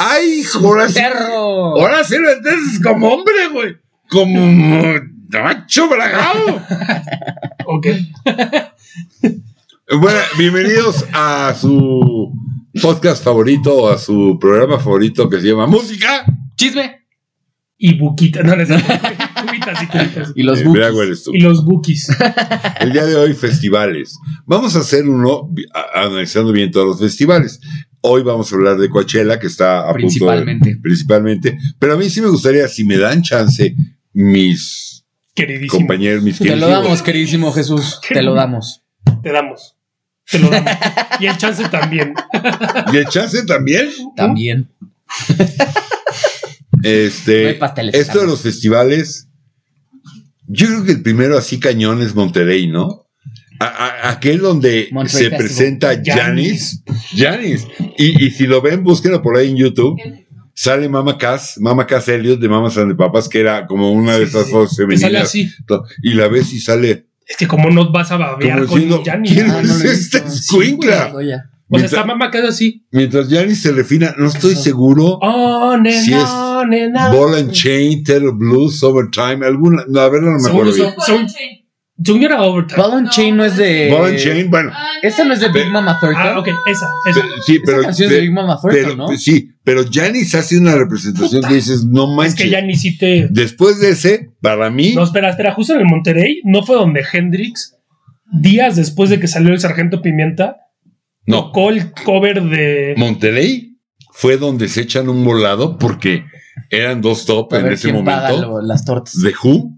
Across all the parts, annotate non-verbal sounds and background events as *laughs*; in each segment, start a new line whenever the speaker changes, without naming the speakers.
¡Ay, ahora sí!
perro!
Ahora sí lo entiendes como hombre, güey. Como macho bragado.
Ok.
Bueno, bienvenidos a su podcast favorito, a su programa favorito que se llama Música.
¡Chisme!
Y buquita, no, no es *laughs* cubitas y cubitas.
Y los
Eh,
bookies.
mira, güey, eres tú.
Y los bookies.
El día de hoy, festivales. Vamos a hacer uno vi- a- analizando bien todos los festivales. Hoy vamos a hablar de Coachella, que está a punto
Principalmente.
de- principalmente. Pero a mí sí me gustaría, si me dan chance, mis
Queridísimo.
compañeros, mis
Te lo
queridos-
damos, queridísimo Jesús. Te lo damos.
Te damos. Te lo damos. Y el chance
*laughs*
también.
¿Y el chance también?
También. No
Este,
hay pasteles.
esto de los festivales, yo creo que el primero así cañón es Monterrey, ¿no? A- a- aquel donde
Monterrey
se
Festival.
presenta Janis. Janis.
Janis.
Y, y si lo ven, búsquenlo por ahí en YouTube. Sale Mama Cass, Mama Cass Elliot de Mamas and the Papas, que era como una de
Sí,
esas
sí,
voces
Que sale
femeninas.
así.
Y la ves y sale
Es que como no vas a babear
como diciendo,
con Yanni.
¿quién
Ah, no
es
lo he
esta
visto.
escuincla?
O sea,
Mientras-
está mamá que es así.
Mientras Janis se refina, no estoy
Eso.
seguro.
Oh, nena,
Sí es
nena.
Ball and Chain, Terror Blues, Overtime, alguna, no, a ver, no me
Según
acuerdo
yo,
bien.
Son- Junior a Overtime.
Ball and Chain no es de.
Ball and Chain, bueno,
Ah,
Esta no es de Big
Pe-
Mama Thurton.
Ah, ok, esa,
pe-
esa.
sí,
Esa
pero,
canción es de
pe-
Big Mama
pero- pues,
Thurton, ¿no?
sí, pero Janis hace una representación
Puta.
que dices, no
Es
manches.
que ya ni si te.
Después de ese, para mí,
No, espera, espera. Justo en el Monterrey, ¿no fue donde Hendrix, días después de que salió el Sargento Pimienta,
no.
tocó el cover de.
Monterrey fue donde se echan un volado porque eran dos top
A
en
ver
ese
quién paga
momento,
lo- las tortas.
de Who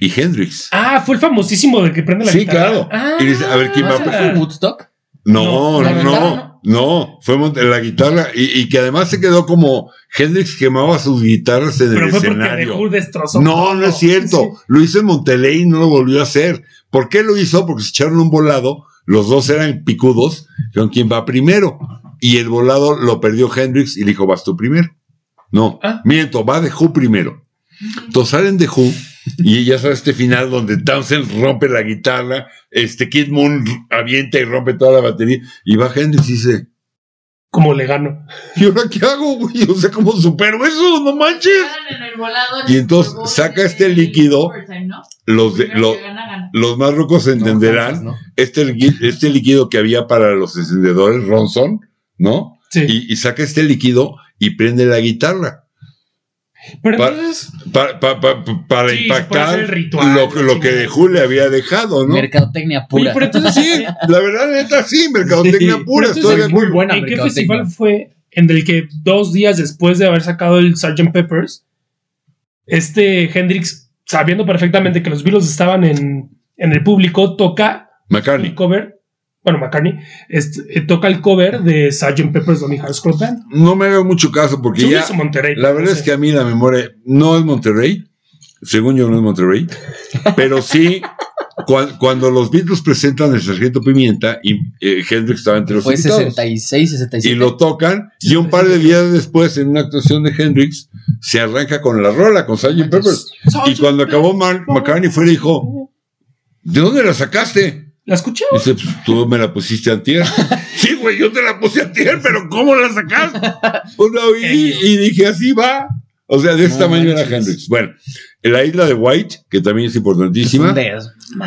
y Hendrix.
Ah, fue el famosísimo de que prende la
Sí,
guitarra.
claro.
Ah,
Y dice, a ver, ¿quién
¿No
va
ese fue Woodstock?
No,
No,
la
no,
guitarra
no, fue Mont- la guitarra y, y que además se quedó como Hendrix quemaba sus guitarras en
Pero
el
fue porque The
escenario.
Who destrozó.
No, no es cierto.
Sí.
Lo hizo en Monterrey y no lo volvió a hacer. ¿Por qué lo hizo? Porque se echaron un volado. Los dos eran picudos con quien va primero. Y el volado lo perdió Hendrix y le dijo, vas tú primero. No,
Ah.
miento, va de Who primero. Entonces salen de Who y ya sabes este final donde Townsend rompe la guitarra, este Kid Moon avienta y rompe toda la batería y va Hendrix y dice,
Como le gano.
¿y ahora qué hago, güey? O sea, ¿cómo supero eso? No manches. Y entonces saca este líquido, Los, de, los, los más rucos entenderán
No,
este, liqui- este líquido que había para los encendedores Ronson, ¿no?
Sí.
Y, y saca este líquido y prende la guitarra
Pero
pa-
entonces.
pa- pa- pa- para
Sí, se puede hacer
impactar
el ritual,
lo, que- lo que de Ju le había dejado, ¿no?
Mercadotecnia
Oye,
pura.
*laughs*
pero entonces
Sí, la verdad, neta, sí, mercadotecnia
Sí.
pura,
Pero esto
estoy
es
de
muy
acuerdo.
buena
¿En qué
mercadotecnia.
festival fue en el que dos días después de haber sacado el Sgt. Peppers, este Hendrix, sabiendo perfectamente que los Beatles estaban en, en el público, toca el
McCartney.
cover, bueno, McCartney, este, eh, toca el cover de Sgt. Peppers Donny Hearts Club Band.
No me haga mucho caso porque
Según
ya.
eso, Monterrey,
La
no
verdad
sé.
es que a mí la memoria no es Monterrey, según yo no es Monterrey, pero sí cua- cuando los Beatles presentan el Sargento Pimienta y eh, Hendrix estaba entre los
Fue
invitados,
66, 67.
y lo tocan y un par de días después en una actuación de Hendrix se arranca con la rola con Sgt. Peppers y cuando acabó Mar- McCartney fue y dijo ¿de dónde la sacaste?
¿La escuché?
Dice, "Pues, tú me la pusiste
*laughs*
antier. sí, güey, yo te la puse antier, pero ¿cómo la sacaste? Pues la oí y dije, así va. O sea, de esta
No
manera
manches.
Hendrix. Bueno, la isla de White, que también es importantísima.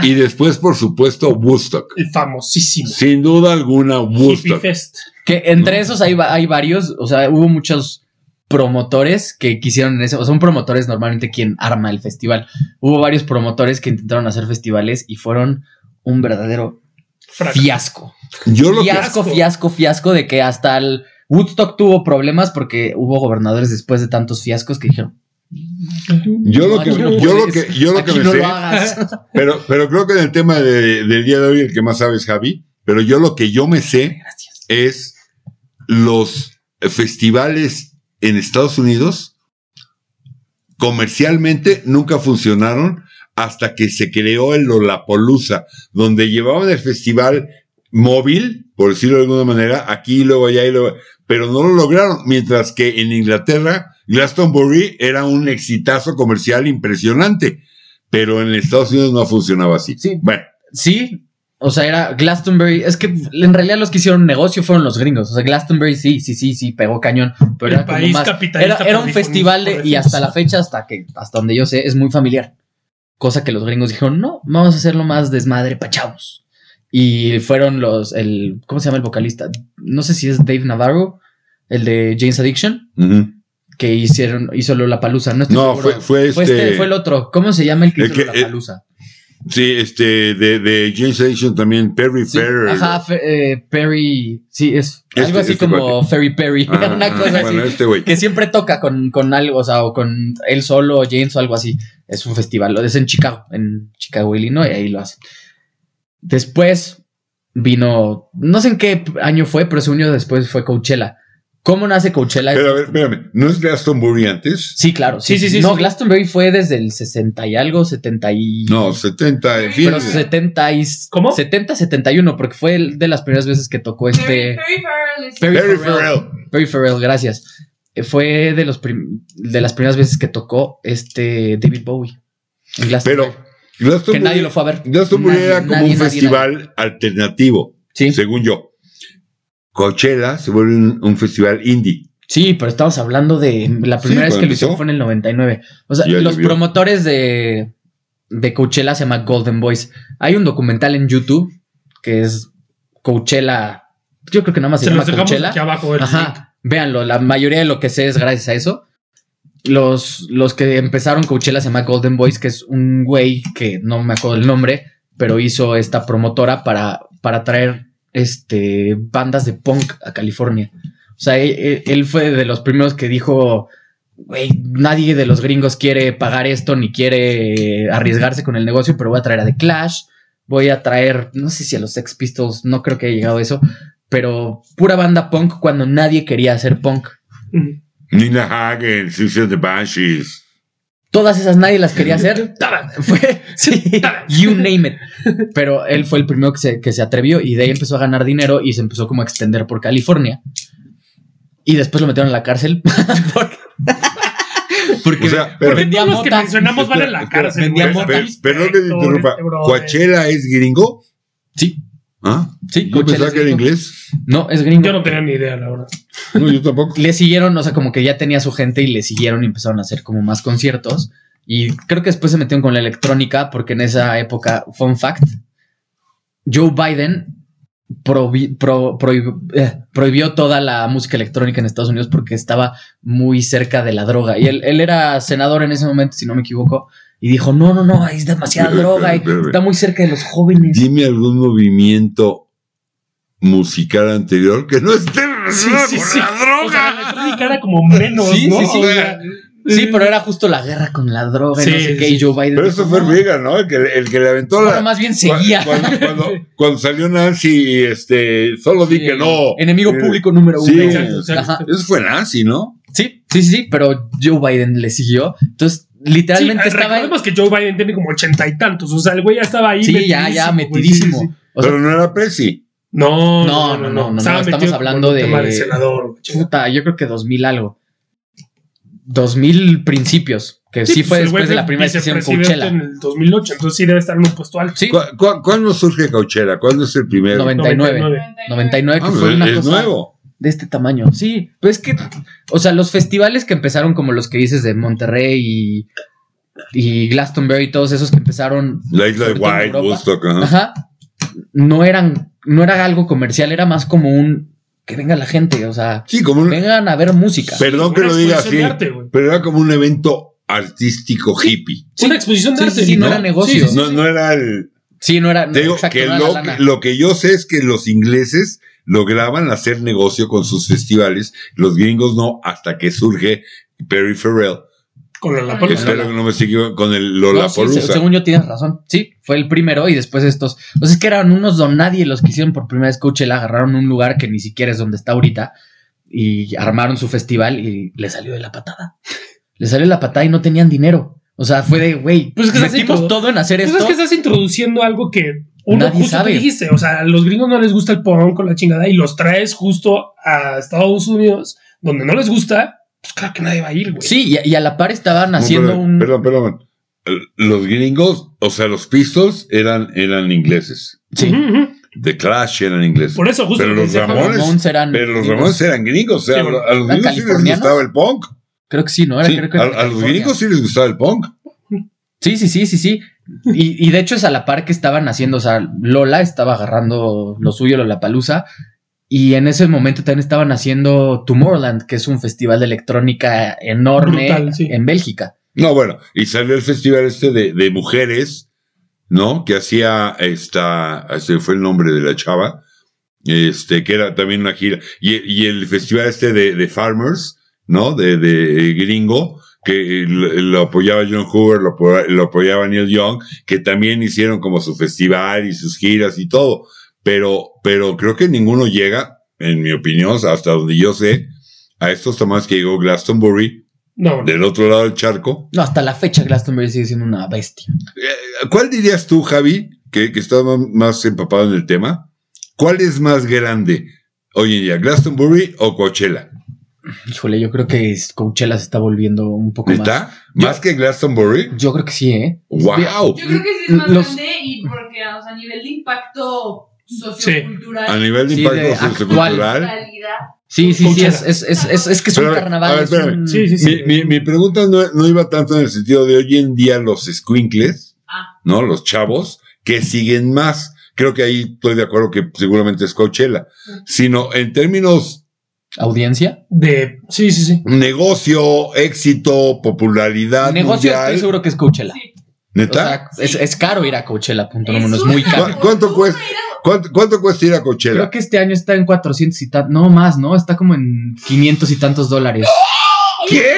Y después, por supuesto, Woodstock.
El famosísimo
Sin duda alguna,
Hippie
Woodstock.
Fest.
Que entre esos hay, va- hay varios, o sea, hubo muchos promotores que quisieron eso, o son promotores normalmente quien arma el festival. Hubo varios promotores que intentaron hacer festivales y fueron un verdadero
Frac.
fiasco.
Yo lo que,
Fiasco,
fiasco.
fiasco, fiasco de que hasta el Woodstock tuvo problemas porque hubo gobernadores después de tantos fiascos que dijeron,
yo lo
"No,
que,
aquí no
yo lo
puedes,
que, yo lo que
aquí
me
no
sé,
lo hagas".
*laughs* pero, pero creo que en el tema de- del día de hoy, el que más sabes, Javi, pero yo lo que yo me sé
Gracias.
es los festivales en Estados Unidos comercialmente nunca funcionaron hasta que se creó el Lollapalooza, donde llevaban el festival móvil, por decirlo de alguna manera, aquí y luego allá y luego, pero no lo lograron, mientras que en Inglaterra Glastonbury era un exitazo comercial impresionante, pero en Estados Unidos no funcionaba así.
Sí.
Bueno,
Sí, O sea, era Glastonbury. Es que en realidad los que hicieron negocio fueron los gringos. O sea, Glastonbury sí, sí, sí, sí, pegó cañón. Pero
El
era como
país
más. Era,
capitalista
era un
por
festival de-
definición,
y hasta la fecha, hasta que, hasta donde yo sé, es muy familiar. Cosa que los gringos dijeron, no, vamos a hacerlo más desmadre pa' chavos. Y fueron los, el, ¿cómo se llama el vocalista? No sé si es Dave Navarro, el de James Addiction,
Ujú.
que hicieron, hizo la palusa. No, estoy
No, fue,
seguro.
fue este.
Fue este, fue el otro. ¿Cómo se llama el que
El
hizo
que-
la palusa?
Sí, este, de, de James Addiction también, Perry
Sí,
Fair.
Ajá, *laughs* fe- eh, Perry. Sí, es
Este-
algo así
este
como Ferry Perry. *laughs*
Ah,
una cosa así.
bueno, este güey.
Que siempre toca con, con algo, o sea, o con él solo, o James o algo así. Es un festival, lo es en Chicago, en Chicago, Illinois, y ahí lo hacen. Después vino, no sé en qué año fue, pero ese año después fue Coachella. ¿Cómo nace Coachella?
Pero a ver, espérame, ¿no es Glastonbury antes?
Sí, claro. Sí, sí, sí. no, Glastonbury fue desde el 60 y algo, 70 y...
No, 70, en fin.
Pero 70 y...
¿Cómo?
70, 71, porque fue el- de las primeras veces que tocó este...
Perry Farrell es-
Perry
Perry
Farrell.
Farrell.
Perry Farrell, gracias. Eh, Fue de, los prim- de las primeras veces que tocó este David Bowie. En Glastonbury.
Pero Glastonbury,
que nadie lo fue a ver.
Glastonbury
Nadie,
era como
nadie,
un
nadie,
festival alternativo,
Sí, sí.
según yo. Coachella se vuelve un, un festival indie.
pero estamos hablando de la
Sí,
primera vez que
cuando
lo hicieron
empezó.
fue en el 99. O sea,
Ya
los
llovió.
promotores de, de Coachella se llama Golden Boys. Hay un documental en YouTube que es Coachella. Yo creo que nada más se,
Se
llama
los dejamos
Coachella.
aquí abajo. el link.
Ajá, véanlo, la mayoría de lo que sé es gracias a eso. Los, los que empezaron Coachella se llama Golden Boys, que es un güey que no me acuerdo el nombre, pero hizo esta promotora para, para traer este, bandas de punk a California. O sea, e- e- él, fue de los primeros que dijo, güey, nadie de los gringos quiere pagar esto ni quiere arriesgarse con el negocio, pero voy a traer a The Clash, voy a traer, no sé si a los Sex Pistols, no creo que haya llegado eso, pero pura banda punk cuando nadie quería hacer punk.
Mm.
Nina Hagen, Sixers the Banshees.
Todas esas nadie las quería hacer. Fue, *laughs*
*laughs*
*laughs* sí, you name it. Pero él fue el primero que se, que se atrevió y de ahí empezó a ganar dinero y se empezó como a extender por California. Y después lo metieron a la cárcel. *laughs* porque, porque
O sea, pero-
Porque
vendía
todos los que
mota.
mencionamos van a la
Espera,
cárcel.
vendía
güey.
mota.
Pero,
Perfecto,
perdón que te interrumpa.
este brother.
¿Coachella es gringo?
Sí,
¿Ah?
sí.
Yo
Coachella
pensaba
es
que era
gringo.
inglés.
No, es gringo.
Yo no tenía ni idea, la verdad.
No, yo tampoco.
le siguieron, o sea, como que ya tenía su gente y le siguieron y empezaron a hacer como más conciertos. Y creo que después se metieron con la electrónica, porque en esa época, fun fact, Joe Biden provi- pro- prohib- eh, prohibió toda la música electrónica en Estados Unidos porque estaba muy cerca de la droga. Y él, él era senador en ese momento, si no me equivoco, y dijo, no, no, no, es demasiada droga, y está muy cerca de los jóvenes.
Dime algún movimiento musical anterior que no esté relacionado
sí,
con
sí.
la
O sea, la
droga.
electrónica era como menos,
Sí,
¿no?
sí, sí.
O sea,
Sí, pero era justo la guerra con la droga y no
Sí,
sé qué,
sí.
y Joe Biden...
Pero
dijo,
eso fue
"No".
Reagan, ¿no? El que, el que le aventó
Bueno,
la.
más bien seguía.
Cuando, cuando, cuando salió Nancy, este, solo di
Sí,
que no.
Enemigo
Eh,
público número uno.
sí.
Exacto, exacto.
Ajá.
Eso fue Nancy, ¿no?
Sí, sí, sí, sí, pero Joe Biden le siguió. Entonces,
Sí,
literalmente estaba.
ah, recordemos que Joe Biden tiene como ochenta y tantos. O sea, el güey ya estaba ahí.
Sí, ya, ya,
güey, sí, sí,
metidísimo.
sí.
O sea,
Pero no era Presi.
No,
No, no, no, no,
Estaba
no, estamos
metido como
hablando
en un
de-
tema del senador. güey, chingada.
puta, yo creo que 2000 algo. 2000 principios, que sí, fue
pues, el
después
güey
de
fue
la primera sesión
vicepresidente
Coachella.
En el 2008, entonces sí debe estar en un puesto alto.
Sí,
¿Cu cu- cuándo surge Coachella? ¿Cuándo es el primer?
99. 99, que
Ah,
fue una
es
cosa
nuevo.
de este tamaño. Sí, pero es que, o sea, los festivales que empezaron como los que dices de Monterrey y, y Glastonbury y todos esos que empezaron
La isla
*laughs*
de
sobre todo en
White,
Europa.
Woodstock, ajá.
Ajá. No eran, no era algo comercial, era más como un que venga la gente, o sea,
Sí, como un.
vengan a ver música.
Perdón
Una
que lo diga
exposición
así,
de arte, güey.
pero era como un evento artístico hippie.
Sí,
una exposición
sí,
de arte.
sí, sí, no era negocio.
No, no era el.
Sí, no era. no,
Te digo
exacto,
que
no era
lo,
la lana.
lo que yo sé es que los ingleses lograban hacer negocio con sus festivales, los gringos no, hasta que surge Perry Farrell,
Con la Pues
que
Lollapalooza.
Lola.
espero que no me siga con el
No, sí, se-
Lollapalooza.
según yo tienes razón. Sí, fue el primero y después estos. O sea, es que eran unos don nadie los que hicieron por primera vez Coachella, agarraron un lugar que ni siquiera es donde está ahorita y armaron su festival y le salió de la patada. Le salió de la patada y no tenían dinero. O sea, fue de, güey,
Pues es que se hace
metimos
todo.
todo en hacer
Pues
esto.
es que estás introduciendo algo que uno
Nadie
justo
sabe.
te dijiste, o sea, a los gringos no les gusta el punk con la chingada y los traes justo a Estados Unidos, donde no les gusta, pues claro que nadie va a ir, güey.
Sí, y, y a la par estaban haciendo
No,
un.
Perdón, perdón. los gringos, o sea, los Pistols eran, eran ingleses.
Sí.
Ujú, ujú.
The Clash eran ingleses.
Por eso, justo.
Pero los
Decía que
Ramones-
eran-
Pero los Ramones eran gringos, o sea,
Sí, bueno,
a los
¿eran
gringos sí les
californianos?
gustaba el punk.
Creo que sí, ¿no? Era-
Sí,
creo que
a,
era
a los
California.
gringos sí les gustaba el punk.
Sí, sí, sí, sí, sí. Y, y de hecho es a la par que estaban haciendo, o sea, Lola estaba agarrando lo suyo, Lola Palusa, y en ese momento también estaban haciendo Tomorrowland, que es un festival de electrónica enorme
Brutal, sí.
en Bélgica.
No, bueno, y salió el festival este de, de mujeres, ¿no? Que hacía esta, este fue el nombre de la chava, este, que era también una gira. Y, y el festival este de, de Farmers, ¿no? De, de, eh, gringo, que eh, lo lo apoyaba John Hoover, lo, apo- lo apoyaba Neil Young, que también hicieron como su festival y sus giras y todo. Pero, pero creo que ninguno llega, en mi opinión, hasta donde yo sé, a estos tomas que llegó Glastonbury,
No,
del otro lado del charco.
No, hasta la fecha Glastonbury sigue siendo una bestia.
Eh, ¿Cuál dirías tú, Javi, que, que estás ma- más empapado en el tema? ¿Cuál es más grande hoy en día, Glastonbury o Coachella?
Híjole, yo creo que es- Coachella se está volviendo un poco más.
¿Está? ¿Más que Glastonbury?
Yo creo que sí, ¿eh?
¡Wow!
Yo creo que sí es más
Los-
grande y porque o sea, a nivel de impacto sociocultural,
A nivel de
Sí,
impacto
de
sociocultural.
realidad,
Sí, sí, sí,
Coachella.
es, es, es, es- es que es un
Pero a ver, a
carnaval.
ver,
es un-
espérame.
Sí, sí, sí.
Mi, mi- mi pregunta no, no iba tanto en el sentido de hoy en día los squinkles,
Ah.
¿no? Los chavos que siguen más. Creo que ahí estoy de acuerdo que seguramente es Coachella. Sino en términos
¿Audiencia?
de. Sí, sí, sí.
negocio, éxito, popularidad.
Negocio,
mundial.
estoy seguro que es Coachella.
sí.
O
¿Neta?
sea, es, es caro ir a Coachella, punto número uno, es
una
muy caro.
¿Cu- cuánto
fortuna
cuesta?
ir a-
¿Cuánto, cuánto cuesta ir a
Creo
Coachella?
que este año está en 400 y tantos, no más, ¿no? Está como en 500 y tantos dólares.
¿Qué?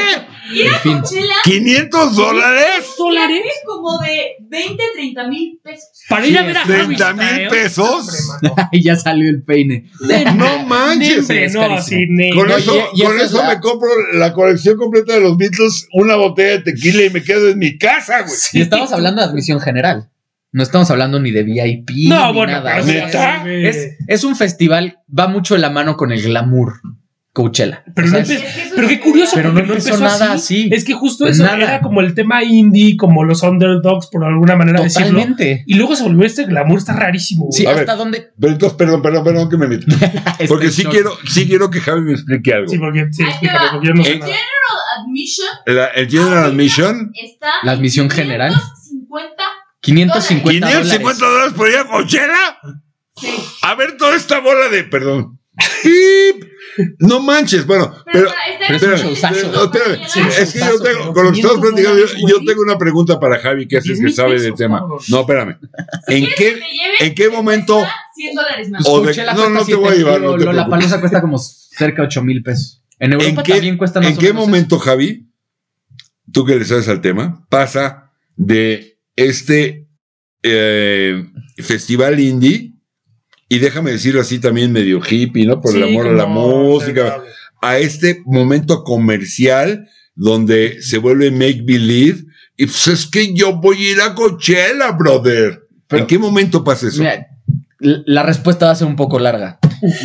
Ir a
En fin.
Coachella
¿500 dólares?
dólares como de 20, 30 mil pesos.
Para ir a ver a Javi.
30 mil
¿eh?
pesos.
Hombre,
*laughs*
mano.
Y ya salió el peine.
No manches.
Hombre,
es
no,
carísimo.
así, ni-
Con
No,
eso,
y- y
con
eso es
eso
la-
me compro la colección completa de los Beatles, una botella de tequila y me quedo en mi casa, güey.
Y estamos hablando de admisión general. No estamos hablando ni de VIP.
No,
ni
bueno,
nada.
pero
O sea,
¿Neta?
es-
es, es un festival, va mucho de la mano con el glamour, Coachella.
Pero
O sea,
no
es-
empe-
Es que eso
pero
es
qué
lo que
curioso,
era.
pero no
porque
empezó
así.
nada así.
Es que justo eso
Nada.
era como el tema indie, como los underdogs, por alguna manera decirlo.
Totalmente.
Y luego se volvió este glamour, está rarísimo. güey.
Sí,
A ver.
hasta dónde. este
Pero entonces, perdón, perdón, perdón que me meto.
Está
Porque
el
sí
shock.
quiero, sí quiero que Javi me explique algo.
Sí, porque, sí,
Ahí te
explícame,
va.
porque yo no sé
El
nada.
General Admission
La- el
Ah,
General Admission,
está.
La
en
admisión general.
550,
550
550
dólares.
dólares por ir a Coachella.
sí.
A ver toda esta bola de. Perdón. Pip. No manches. Bueno,
Pero,
pero.
para este
pero es
era
espérame,
un
showzazo.
pero, no, espérame,
Sí,
es que yo
showzazo,
tengo,
pero
con lo que estamos
500
platicando, yo,
dólares,
yo
güey.
tengo una pregunta para Javi, que es el
10
que
mil
sabe del
pesos,
tema.
cabrón.
No, espérame. ¿En
¿Quieres que
qué,
te lleve?
en qué momento?
Cuesta 100 dólares más.
O de-
Coachella
no, no
cuesta
te voy a
siete,
llevar, no
lo-
te
lo- La
preocupes.
palusa cuesta como cerca de 8 mil pesos. En Europa
qué-
también cuesta más
¿En
o
qué
menos eso.
momento, Javi, tú que le sabes al tema, pasa de este eh, festival indie? Y déjame decirlo así también medio hippie, ¿no? Por el
Sí,
amor a la
como-
música. a este momento comercial donde se vuelve make believe y pues es que yo voy a ir a Coachella, brother.
Pero-
¿En qué momento pasa eso?
Mira, l- la respuesta va a ser un poco larga.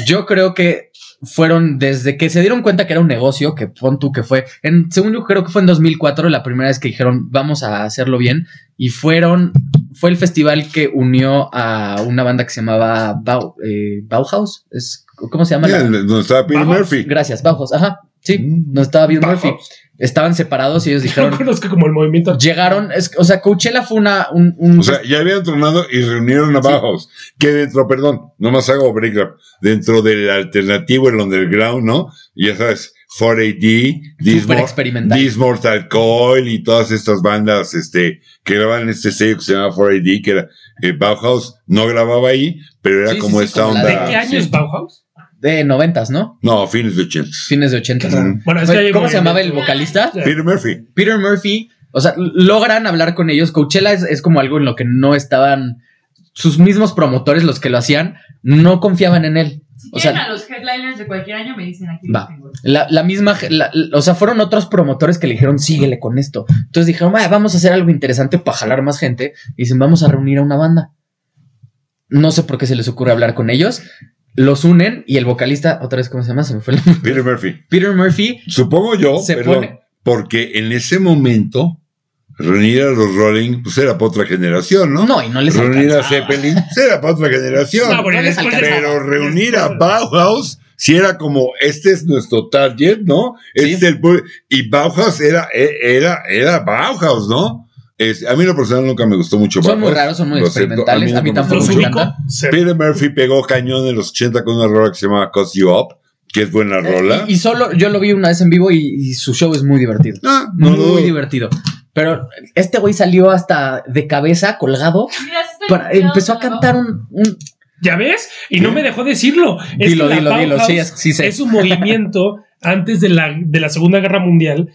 Yo creo que fueron desde que se dieron cuenta que era un negocio, que pon tú que fue, en, según yo creo que fue en 2004 la primera vez que dijeron vamos a hacerlo bien y fueron, fue el festival que unió a una banda que se llamaba Bau- eh, Bauhaus, es, ¿cómo se llama?
Mira,
la-
donde estaba Peter
Vamos.
Murphy.
Gracias, Bauhaus, ajá, sí,
Mm.
no estaba Bill
Bauhaus.
Murphy, estaban separados y ellos
Yo
dijeron,
conozco como el movimiento.
llegaron, es- o sea, Coachella fue una, un, un
O sea, ya habían tronado y reunieron a Bauhaus. Que dentro, perdón, nomás hago break up, Dentro del alternativo, el underground, ¿no? Y ya sabes, 4AD,
súper
Dismor-
experimental.
This Mortal Coil y todas estas bandas este, que graban este sello que se llama 4AD, que era eh, Bauhaus, no grababa ahí, pero era
Sí, sí,
como
sí,
esta
como la
onda.
¿De qué año
sí.
es Bauhaus?
de noventas, ¿no?
No, fines de 80.
Fines de 80.
Ujú.
Bueno,
Oye,
hay un
¿Cómo se llamaba el
movimiento-
vocalista?
Peter Murphy.
Peter Murphy. O sea, l- logran hablar con ellos. Coachella es, es como algo en lo que no estaban sus mismos promotores, los que lo hacían, no confiaban en él.
Si
o sea-
quieren a los headliners de cualquier año, me dicen aquí.
Va.
los tengo.
La, la misma, ge- la- la- o sea, fueron otros promotores que le dijeron, síguele con esto. Entonces dijeron, "Vaya, vamos a hacer algo interesante para jalar más gente. Y dicen, vamos a reunir a una banda. No sé por qué se les ocurre hablar con ellos. Los unen y el vocalista, otra vez, ¿cómo se llama? Se me fue el nombre.
Peter Murphy.
Peter Murphy
Oh, Supongo yo,
se
perdón,
pone.
porque en ese momento Reunir a los Rolling, pues era para otra generación, ¿no?
No, y no les
reunir a
alcanzaba.
Zeppelin, pues era para otra generación.
No, porque
no les
después-
alcanzaba.
Pero reunir a
Después-
Bauhaus, si era como, este es nuestro target, ¿no? Este
Sí.
es el pub- y Bauhaus era, e- era, era Bauhaus, ¿no? Es- a mí lo personal nunca me gustó mucho
Son muy
Bauhaus.
raros, son muy
Lo acepto,
experimentales.
a
A
mí
mí
no me
tampoco
Los
gusta
me
mucho.
ubico.
encanta.
se-
Peter Murphy pegó cañón en los 80 con una rola que se llamaba Cause You Up, que es buena rola.
Eh, Y, y solo yo lo vi una vez en vivo y, y su show es muy divertido.
Ah, no, no,
muy divertido. Pero este güey salió hasta de cabeza, colgado.
Mira, sí está
para-
bien,
empezó a
cuidado,
cantar un. un-
¿Ya ves? Y no me dejó decirlo. Es que
dilo,
la
dilo, dilo.
Bauhaus
Sí, es, sí sé.
es un movimiento antes de la, de la Segunda Guerra Mundial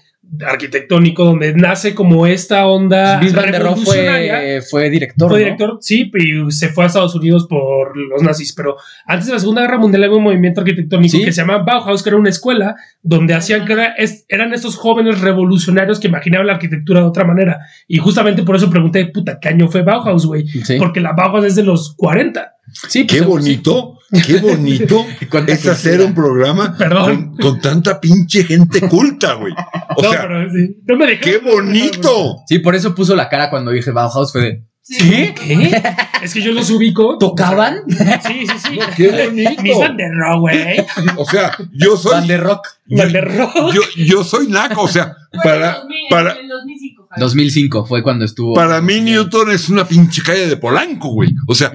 arquitectónico donde nace como esta onda
Bis van der Rohe
Ah, revolucionaria.
fue, fue director.
Fue
¿no?
director, sí, y se fue a Estados Unidos por los nazis, pero antes de la Segunda Guerra Mundial había un movimiento arquitectónico
Sí.
que se llamaba Bauhaus, que era una escuela donde hacían que era- es- eran estos jóvenes revolucionarios que imaginaban la arquitectura de otra manera. Y justamente por eso pregunté, puta, ¿qué año fue Bauhaus, güey?
Sí,
Porque la Bauhaus es de los 40.
Sí,
Qué
pues,
bonito, qué
*laughs*
bonito
sí. Cuánta
es hacer
cultura.
un programa
Perdón.
con, con tanta pinche gente culta, güey. O
no,
sea,
pero sí, no me dejé.
qué bonito.
Sí, por eso puso la cara cuando dije Bauhaus. Fue de.
Sí.
¿Qué?
¿Qué? Es que yo los ubico.
*laughs* ¿Tocaban?
Sí, sí, sí.
No, qué
Mis Van
bonito.
der Rohe, güey.
O sea, yo
Van
soy
de Rock.
yo,
Van der Rohe.
yo- yo soy naco, o sea,
Fue en
para
2000,
para-
en el 2005, Javi.
2005 fue cuando estuvo.
para mí Newton es una pinche calle de Polanco, güey. O *laughs* sea,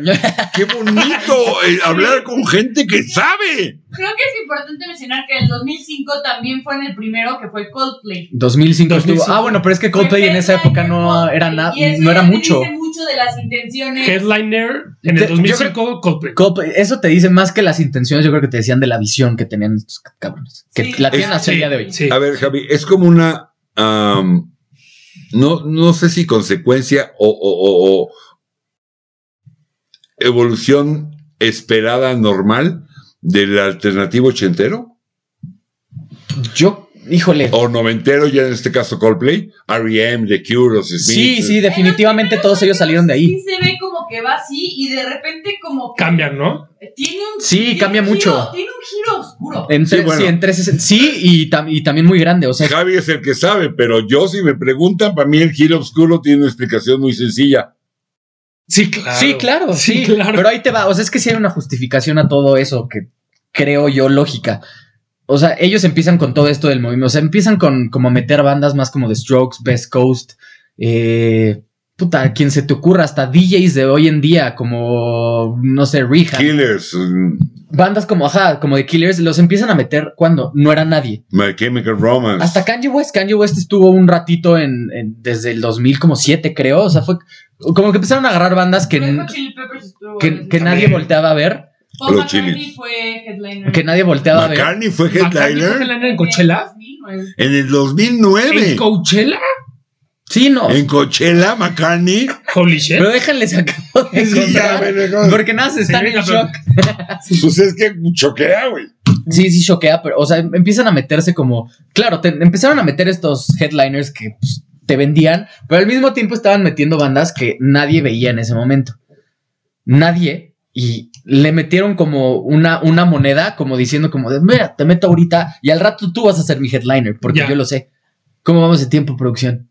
qué bonito eh, hablar con gente que sabe.
Creo que es importante mencionar que el 2005 también fue en el primero que fue Coldplay.
2005 estuvo.
2005.
Ah, bueno, pero es que Coldplay
Fue
en esa época no
Coldplay,
era nada,
y eso
no era
ya te
mucho.
dice mucho de las intenciones.
Headliner en
Te-
el
yo
2005, Coldplay.
Coldplay, eso te dice más que las intenciones, yo creo que te decían de la visión que tenían estos ca- cabrones. Que
Sí.
la tienen
Es-
hasta el día de hoy.
Sí.
A ver, Javi, es como una am, no, no sé si consecuencia o, o- o- o evolución esperada normal del alternativo ochentero
Yo, híjole.
o noventero, ya en este caso Coldplay, R.E.M., The Cure, los Smiths.
Sí, sí,
En los
definitivamente
primeros
todos ellos salieron de ahí.
Sí se ve como que va así y de repente como que
Cambian, ¿no?
tiene un
Sí,
tiene
cambia
un
mucho.
giro, tiene un giro oscuro.
En
Sí,
tres- sí,
bueno.
en 360 sí, y, tam- y también muy grande. O sea,
Javi es el que sabe, pero yo si me preguntan, para mí el giro oscuro tiene una explicación muy sencilla.
Sí, claro.
sí, claro, sí,
Sí, claro.
Pero ahí te va. O sea, es que sí hay una justificación a todo eso que creo yo lógica. O sea, ellos empiezan con todo esto del movimiento. O sea, empiezan con como meter bandas más como The Strokes, Best Coast, eh, puta, quien se te ocurra, hasta DJs de hoy en día, como no sé, Rehab.
Killers, mm,
bandas como, ajá, como The Killers, los empiezan a meter cuando no era nadie.
My Chemical Romance.
Hasta Kanye West, Kanye West estuvo un ratito en, en- desde el 2007, creo. O sea, fue como que empezaron a agarrar bandas que,
Red
n-
Hot Chili Peppers estuvo en
que,
ese
que nadie
También.
volteaba a ver,
Paul
Los
McCartney
Chilis.
fue headliner.
que nadie volteaba a ver.
McCartney fue
McCartney fue
headliner
headliner en Coachella.
2009.
en el
¿En
2009.
Coachella?
Sí, no.
En Coachella, McCartney.
Holy shit.
Pero déjenle sacar. de
Sí, ya,
contar,
bueno,
Porque nada, se están
Sí,
en
ya, pero-
shock.
Pues es que choquea, güey.
Sí, sí, choquea, pero, o sea, em- empiezan a meterse como. Claro, te- empezaron a meter estos headliners que pues, te vendían, pero al mismo tiempo estaban metiendo bandas que nadie veía en ese momento. Nadie. Y le metieron como una, una moneda, como diciendo, como de, mira, te meto ahorita y al rato tú vas a ser mi headliner, porque
Ya.
yo lo sé. ¿Cómo vamos de tiempo, producción?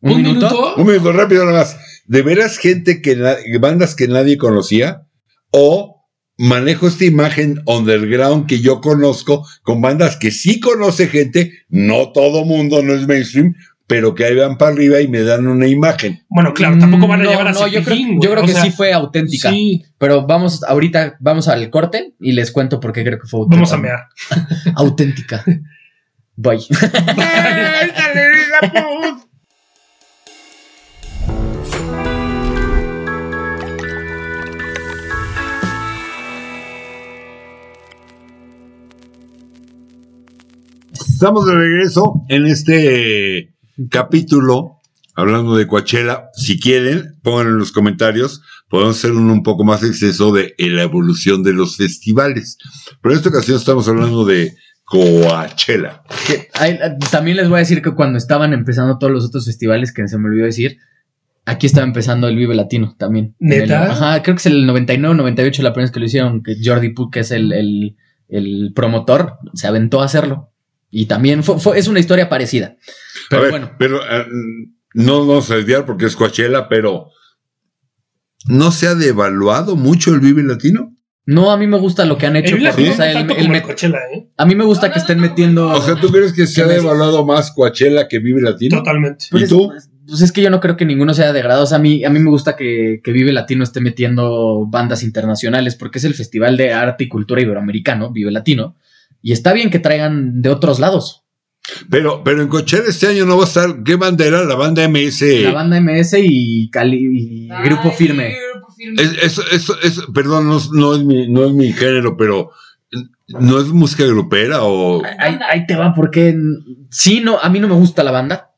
¿Un, minuto?
Un minuto rápido nada más. De veras, gente que na- bandas que nadie conocía o manejo esta imagen underground que yo conozco con bandas que sí conoce gente, no todo mundo, no es mainstream, pero que ahí van para arriba y me dan una imagen.
Bueno, claro, tampoco van a
Mm, no,
llevar a
no, yo creo,
Cepillín,
yo
güey,
creo
o
que
sea,
sí fue auténtica.
Sí,
Pero vamos, ahorita vamos al corte y les cuento por qué creo que fue auténtica.
vamos a
*laughs*
mear.
auténtica. Bye.
Estamos de regreso en este capítulo hablando de Coachella. Si quieren, pónganlo en los comentarios. Podemos hacer un, un poco más exceso de eh, la evolución de los festivales. Pero en esta ocasión estamos hablando de Coachella.
Que hay- también les voy a decir que cuando estaban empezando todos los otros festivales que se me olvidó decir, aquí estaba empezando el Vive Latino también.
¿Neta?
En el- ajá, creo que es el 99, 98 la primera vez que lo hicieron, que Jordi Puc, que es el, el- el promotor, se aventó a hacerlo. Y también fue, fue- es una historia parecida. Pero
a ver,
bueno,
pero eh, mm, no nos vamos a desviar porque es Coachella, pero ¿no se ha devaluado mucho el Vive Latino?
No, a mí me gusta lo que han hecho.
El
por-
Vive
Latino
o sea,
no
el-
tanto
el
como
me-
el Coachella, ¿eh?
a mí me gusta
No,
que
no,
estén
no, no.
metiendo.
O sea, ¿tú crees que se ha
¿Qué me-
devaluado más Coachella que Vive Latino?
Totalmente.
Pues
¿Y
es-
tú?
Pues es que yo no creo que ninguno sea degradado. O sea, a mí, a mí me gusta que, que Vive Latino esté metiendo bandas internacionales porque es el Festival de Arte y Cultura Iberoamericano, Vive Latino. Y está bien que traigan de otros lados.
Pero, pero en Coachella este año no va a estar, ¿qué banda era? La banda MS.
La banda MS y, Cali, y Grupo
Ay,
Firme.
Grupo Firme.
Es- eso- eso- eso- perdón, no, es- no es mi, no es mi género, pero ¿no es música grupera o...?
Ahí, ahí te va porque... mm, Sí, no, a mí no me gusta la banda.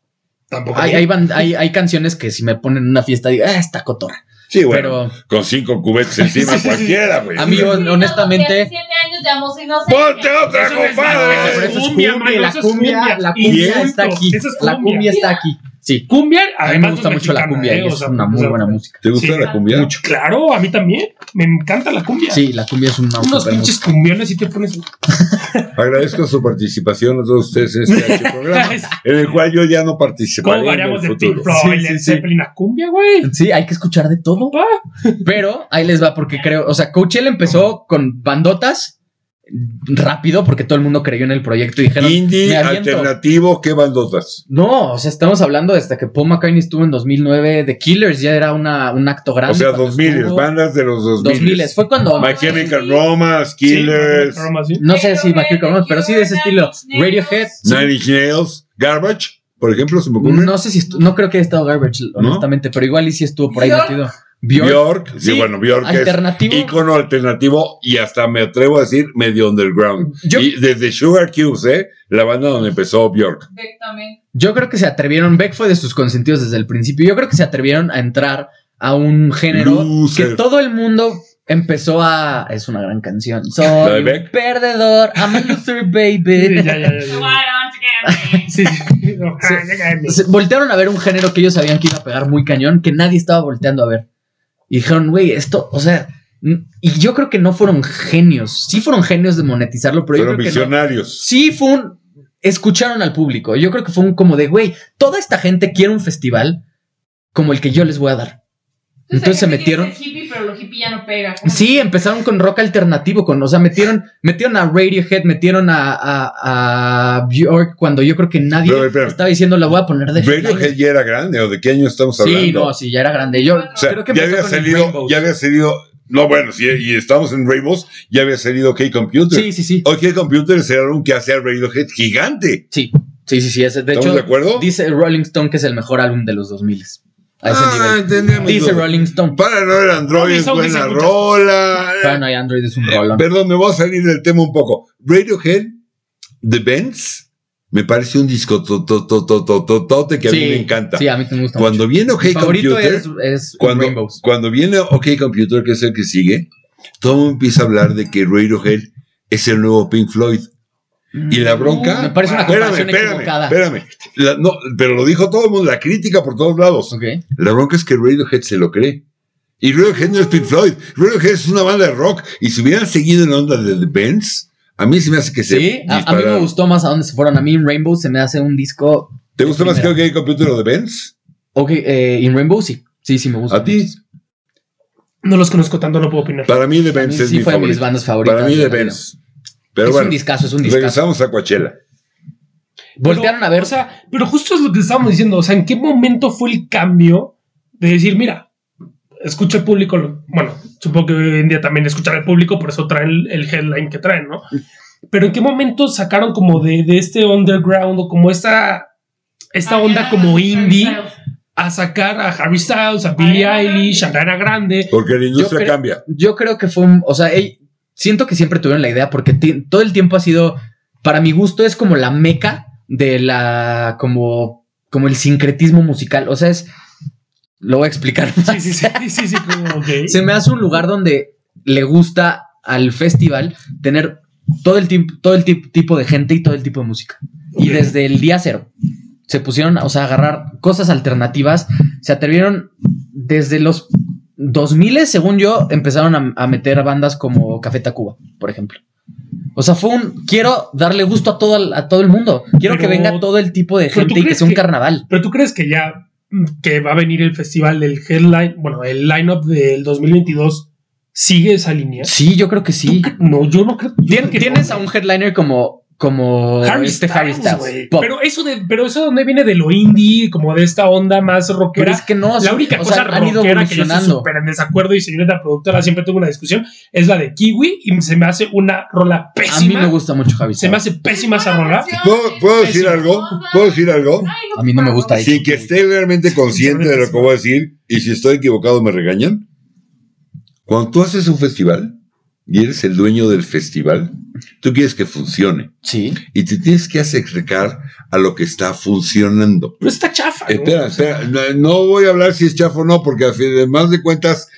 Tampoco.
Hay, hay, ban- hay, hay canciones que si me ponen en una fiesta digo, ah, está cotorra.
Sí, bueno,
Pero
con cinco cubetes encima
*laughs* Sí, sí, sí.
cualquiera, güey.
A mí yo- honestamente-
17 años de amor inocente.
¡Ponte otra,
Eso no es nada, eso
pero
compadre!
eso es cumbia,
cumbia, mano,
la
eso es
cumbia,
cumbia.
la cumbia
Insulto,
está aquí.
eso es
La
cumbia.
cumbia está aquí. Sí.
Cumbia,
A mí me
además
gusta
no
mucho la
mexicana,
cumbia
¿eh?
y
O
es
sea,
una
o
muy
sea,
buena música.
¿Te gusta
Sí.
la cumbia?
Mucho.
Claro, a mí también. Me encanta la cumbia.
Sí, la cumbia es un
Unos pinches cumbiones y
*laughs*
te pones.
Agradezco su participación a todos ustedes en este
*laughs*
H programa, en el cual yo ya no participaré
¿Cómo
en
variamos
el
de Pink
futuro.
Floyd,
Sí, sí,
Led
sí.
Zeppelin a cumbia, güey?
Sí, hay que escuchar de todo.
Papá.
Pero ahí les va, porque creo, o sea, Coachella empezó con bandotas rápido porque todo el mundo creyó en el proyecto y dijeron, me
Indie,
aviento.
alternativo, ¿qué bandotas?
no, o sea, estamos hablando desde que Paul McCartney estuvo en 2009, The Killers ya era una, un acto grande.
O sea,
cuando
2000,
estuvo.
bandas de los 2000.
2000, fue cuando,
My Chemical Romance, Killers,
Sí, Roma, sí.
no sé si McCartney, pero sí de ese estilo, Radiohead.
Nine Inch Nails, Garbage, por ejemplo, se me ocurre.
No sé si, estu- no creo que haya estado Garbage, honestamente, pero igual y sí estuvo por ahí
Bjork.
metido.
Bjork,
Bjork,
sí,
Sí,
bueno, Bjork es
alternativo.
ícono alternativo y hasta me atrevo a decir medio underground.
Yo-
y desde Sugar Cubes, ¿eh? La banda donde empezó Bjork.
Perfectamente.
Yo creo que se atrevieron, Beck fue de sus consentidos desde el principio, yo creo que se atrevieron a entrar a un género
Loser.
que todo el mundo empezó a... Es una gran canción.
de
Soy un
Beck?
perdedor, I'm a loser,
Sí,
baby.
*laughs*
ya, ya, ya,
Bueno,
ya.
ok.
Sí, sí. Ojalá, ya cállate.
Se- voltearon a ver un género que ellos sabían que iba a pegar muy cañón, que nadie estaba volteando a ver. Y dijeron, güey, esto, o sea... n- Y yo creo que no fueron genios. Sí fueron genios de monetizarlo, pero yo
Fueron
creo que no.
visionarios.
sí fue un. Escucharon al público. Yo creo que fue un como de, güey, toda esta gente quiere un festival como el que yo les voy a dar. Entonces se
hay gente que
metieron.
es hippie, pero lo hippie ya no pega. ¿Cómo?
Sí, empezaron con rock alternativo, con, o sea, metieron, metieron a Radiohead, metieron a, a, a Bjork cuando yo creo que nadie
Pero, pero,
estaba diciendo la voy a poner de
Radiohead
headliner".
ya era grande, ¿o de qué año estamos hablando?
Sí, no, sí, ya era grande. Yo
O
O sea,
creo que
ya
empezó
había
con el
salido,
Rainbows.
ya había salido, no, bueno, si y estamos en Rainbows, ya había salido K-Computer.
Sí, sí, sí.
Hoy K-Computer es el álbum que hace a Radiohead gigante.
Sí, sí, sí, sí. ese- De
¿Estamos
hecho,
de acuerdo?
dice Rolling Stone que es el mejor álbum de los 2000 a ese
Ah,
nivel.
entendí, amigo.
Dice Rolling Stone.
Paranoid Android
Rolling
es
Stone dice
buena
muchas-
rola.
Paranoid Android es un
Eh,
rolón.
Perdón, me voy a salir del tema un poco. Radiohead, The Bends, me parece un disco totototototote que a mí me encanta.
Sí, a mí también me gusta.
Cuando viene OK
mucho. Mi favorito
Computer,
es, es
cuando,
Rainbows.
cuando viene OK Computer, que es el que sigue, todo el mundo empieza a hablar de que Radiohead es el nuevo Pink Floyd. Y la bronca.
Me parece una
espérame,
comparación
espérame,
equivocada.
espérame. La- no, pero lo dijo todo el mundo, la crítica por todos lados.
Ok.
La bronca es que Radiohead se lo cree. Y Radiohead no es Pink Floyd. Radiohead es una banda de rock. Y si hubieran seguido en la onda de The Bends, a mí se me hace que se.
Sí, a, a mí me
dispararon.
gustó más a dónde se fueron. A mí Rainbow se me hace un disco.
¿Te gusta más que
Primera.
OK Computer o The Bends?
Ok, eh, en Rainbow sí. Sí, sí, me gusta.
A ti.
No los conozco tanto, no puedo opinar.
Para mí The
A mí
Bends es
sí
mi
fue de mis
favorito.
bandas favoritas.
Para mí The
de la vida.
Bends. Pero
es
bueno,
un discazo, es un discazo.
regresamos a Coachella.
Voltearon a ver.
O sea, pero justo es lo que estábamos diciendo. O sea, ¿en qué momento fue el cambio de decir, mira, escucha el público? lo- Bueno, supongo que hoy en día también escuchar al público, por eso traen el- el headline que traen, ¿no? Pero ¿en qué momento sacaron como de, de este underground o como esta,
Ah,
esta onda como indie a sacar a Harry Styles, a Billie
Ariana Grande.
Eilish, a
*laughs*
Ariana Grande?
Porque la industria
creo-
cambia.
Yo creo que fue un. O sea, ey, siento que siempre tuvieron la idea porque ti- todo el tiempo ha sido. Para mi gusto, es como la meca de la. como. como el sincretismo musical. O sea, es. Lo voy a explicar.
Sí, sí, sí, sí, sí, sí, como, ok.
Se me hace un lugar donde le gusta al festival tener todo el, tiemp- todo el tip- tipo de gente y todo el tipo de música. Y
Ok.
desde el día cero se pusieron, o sea, a agarrar cosas alternativas. Se atrevieron desde los 2000, según yo, empezaron a, a meter bandas como Café Tacuba, por ejemplo. O sea, fue un. Quiero darle gusto a todo, el- a todo el mundo. Quiero que
Pero-
venga todo el tipo de
pero ¿tú
gente y que
crees
sea un
que-
carnaval.
Pero tú crees que ya mm, que va a venir el festival del headline, bueno, el lineup del 2022 sigue esa línea.
Sí, yo creo que sí.
No, yo no creo. yo
Tien-
creo que
tienes
no,
a un headliner como, como
Harry
este
Styles,
Harry Styles.
güey.
Pop.
Pero eso de, pero eso de dónde viene de lo indie, como de esta onda más
Pero
rockera.
es que no,
la única
o
cosa
sea, han ido
rockera que yo estoy
evolucionando.
súper en desacuerdo y señorita productora siempre tengo una discusión es la de Kiwi y se me hace una rola
A mí
pésima.
me gusta mucho Harry
Se me
Styles.
hace pésima esa rola.
¿Puedo, puedo decir algo? ¿Puedo decir algo?
A mí no me gusta
Sin que esté realmente consciente de lo que voy a decir, y si estoy equivocado me regañan. Cuando tú haces un festival y eres el dueño del festival, tú quieres que funcione
Sí.
y te tienes que acercar a lo que está funcionando.
Pero está chafa. ¿no?
Espera, espera, no- no voy a hablar si es chafo o no, porque al fin- además de cuentas,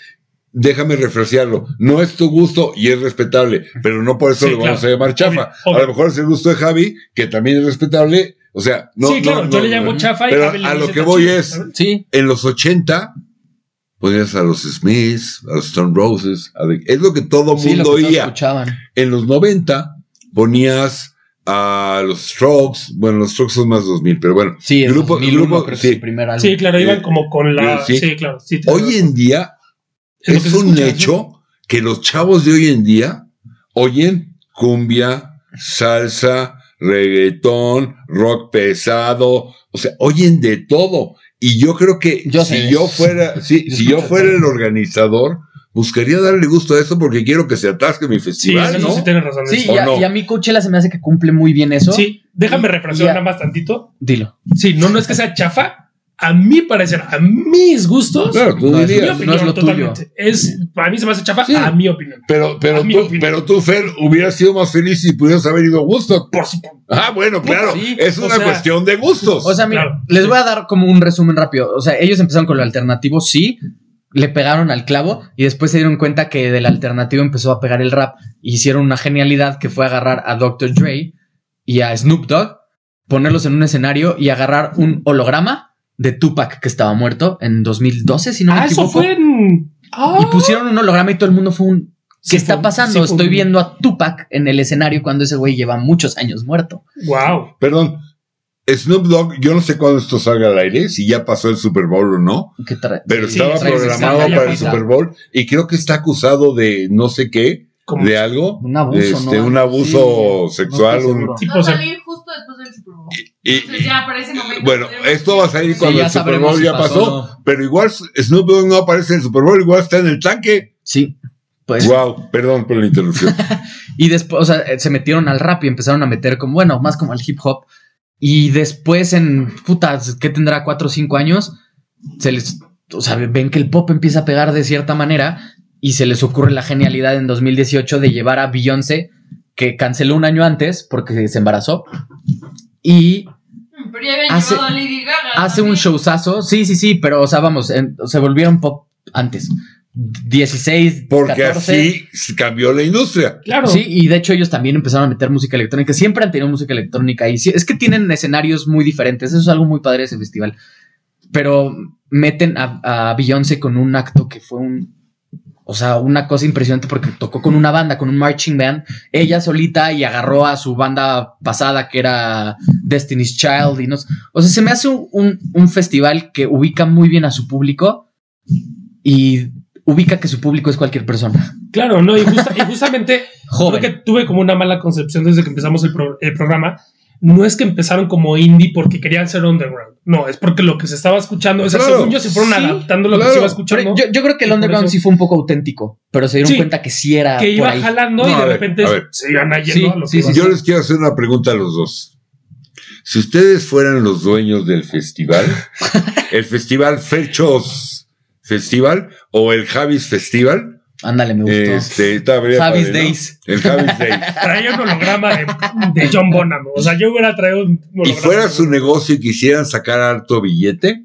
déjame refrescarlo. No es tu gusto y es respetable, pero no por eso
Sí,
lo vamos
claro.
a llamar chafa.
Obvio, obvio.
A lo mejor es el gusto de Javi, que también es respetable. O sea, no.
sí, claro,
no,
yo
no,
le llamo
no.
chafa y
Pero
Javi le
a lo
dice,
que
"Está
voy
chido",
es-
¿sabes?
Sí.
En los 80 ponías a los Smiths, a los Stone Roses, a The- es lo que todo
Sí, lo
mundo
que todos
oía.
escuchaban.
En los 90 ponías a los Strokes, bueno, los Strokes son más 2000, pero bueno.
Sí, el
Grupo-
2001
grupo-
creo que es el
sí.
primer álbum.
Sí, claro, iban
Eh,
como con la. Sí,
sí.
claro. Sí, te-
Hoy en día
lo que
es
se
un
escucha, ¿no?
hecho que los chavos de hoy en día oyen cumbia, salsa, reggaetón, rock pesado, o sea, oyen de todo. Y yo creo que
Yo
si
sé.
yo fuera, sí,
Yo
si yo
escucho
fuera
todo.
el organizador, buscaría darle gusto a eso porque quiero que se atasque mi
Sí, en
festival,
eso
¿no?
sí tienes razón.
Sí,
¿O
y a,
no?
y a mí Coachella se me hace que cumple muy bien eso.
Sí, déjame
Y-
refrasear
y a-
nada más tantito.
Dilo.
Sí, no, no es que sea chafa. A mi parecer, a mis gustos,
Claro, tú
No, es
mi
dirías.
mío. no
opinión
es lo tuyo.
totalmente. Es, para mí se me hace chafa
Sí.
a mi opinión.
Pero, pero,
A mi
tú,
opinión.
pero tú, Fer, hubieras sido más feliz si pudieras haber ido a Woodstock.
Por supuesto.
Ah, bueno, claro,
sí,
es
o
una
sea,
cuestión de gustos.
O sea, mira,
Claro.
les voy a dar como un resumen rápido. O sea, ellos empezaron con lo alternativo, sí, le pegaron al clavo y después se dieron cuenta que del alternativo empezó a pegar el rap. E Hicieron una genialidad que fue agarrar a Dr. Dre y a Snoop Dogg, ponerlos en un escenario y agarrar un holograma de Tupac que estaba muerto en 2012, si no me
ah,
equivoco.
eso fue en. Ah,
Y pusieron un holograma y todo el mundo fue un ¿Qué
Sí,
está
fue-
pasando?
sí, fue
Estoy
un-
viendo a Tupac en el escenario cuando ese güey lleva muchos años muerto.
Wow.
Perdón, Snoop Dogg, yo no sé cuándo esto salga al aire, si ya pasó el Super Bowl o no,
Que tra-
pero
Sí,
estaba
trae
programado
sesenta y
para el
ahorita.
Super Bowl y creo que está acusado de no sé qué,
Como
de algo,
Un abuso,
este,
¿no?
un abuso
Sí, no
sexual.
estoy
un-
seguro.
tipo,
Va
o
a
sea,
salir justo después del Super Bowl.
y-
Entonces
y-
Pues ya para ese momento.
bueno, esto va a salir
Sí,
cuando
ya
el Super
sabremos
Bowl
si
ya pasó,
¿no?
pero igual Snoop Dogg no aparece en el Super Bowl, igual está en el tanque.
Sí. Pues,
Wow, perdón por la
*laughs*
interrupción.
y después, o sea, eh, se metieron al rap y empezaron a meter como, bueno, más como al hip hop. Y después en, puta, ¿qué tendrá? ¿Cuatro o cinco años? Se les, o sea, ven que el pop empieza a pegar de cierta manera y se les ocurre la genialidad en 2018 de llevar a Beyoncé, que canceló un año antes porque se embarazó, y
Pero ya habían
Hace-
llevado a Lady Gaga.
hace un
también.
showzazo. Sí, sí, sí, pero, o sea, vamos, en- se volvieron pop antes. 16,
Porque
14,
así se cambió la industria.
claro.
Sí, y de hecho ellos también empezaron a meter música electrónica. Siempre han tenido música electrónica y sí, es que tienen escenarios muy diferentes. Eso es algo muy padre de ese festival. Pero meten a, a Beyoncé con un acto que fue un. O sea, una cosa impresionante porque tocó con una banda, con un marching band, ella solita y agarró a su banda pasada que era Destiny's Child y no sé. O sea, se me hace un, un- un festival que ubica muy bien a su público y ubica que su público es cualquier persona.
Claro, no. Y, justa- y justamente
Joven.
Creo que tuve como una mala concepción desde que empezamos el, pro- el programa. No es que empezaron como indie porque querían ser underground. No, es porque lo que se estaba escuchando, o sea,
Claro.
según yo se fueron
Sí,
adaptando lo que
claro.
se iba
Pero
escuchando,
yo, yo creo que el
Y por
underground
eso-
sí fue un poco auténtico, pero se dieron
Sí,
cuenta que sí era
que
por
iba
ahí.
jalando
No,
y
a
de
ver,
repente
a ver.
se iban yendo
Sí,
a lo
sí,
que
sí,
iban.
Yo les quiero hacer una pregunta a los dos. Si ustedes fueran los dueños del
*laughs*
festival, el festival Fechos Festival o el Javis Festival,
Ándale, me gustó.
este, está bien
Javis
padre, ¿no?
Days.
El Javis Days.
*laughs* Traía un holograma de, de John Bonham. O sea, yo hubiera traído un
y
holograma.
fuera su negocio y quisieran sacar alto billete,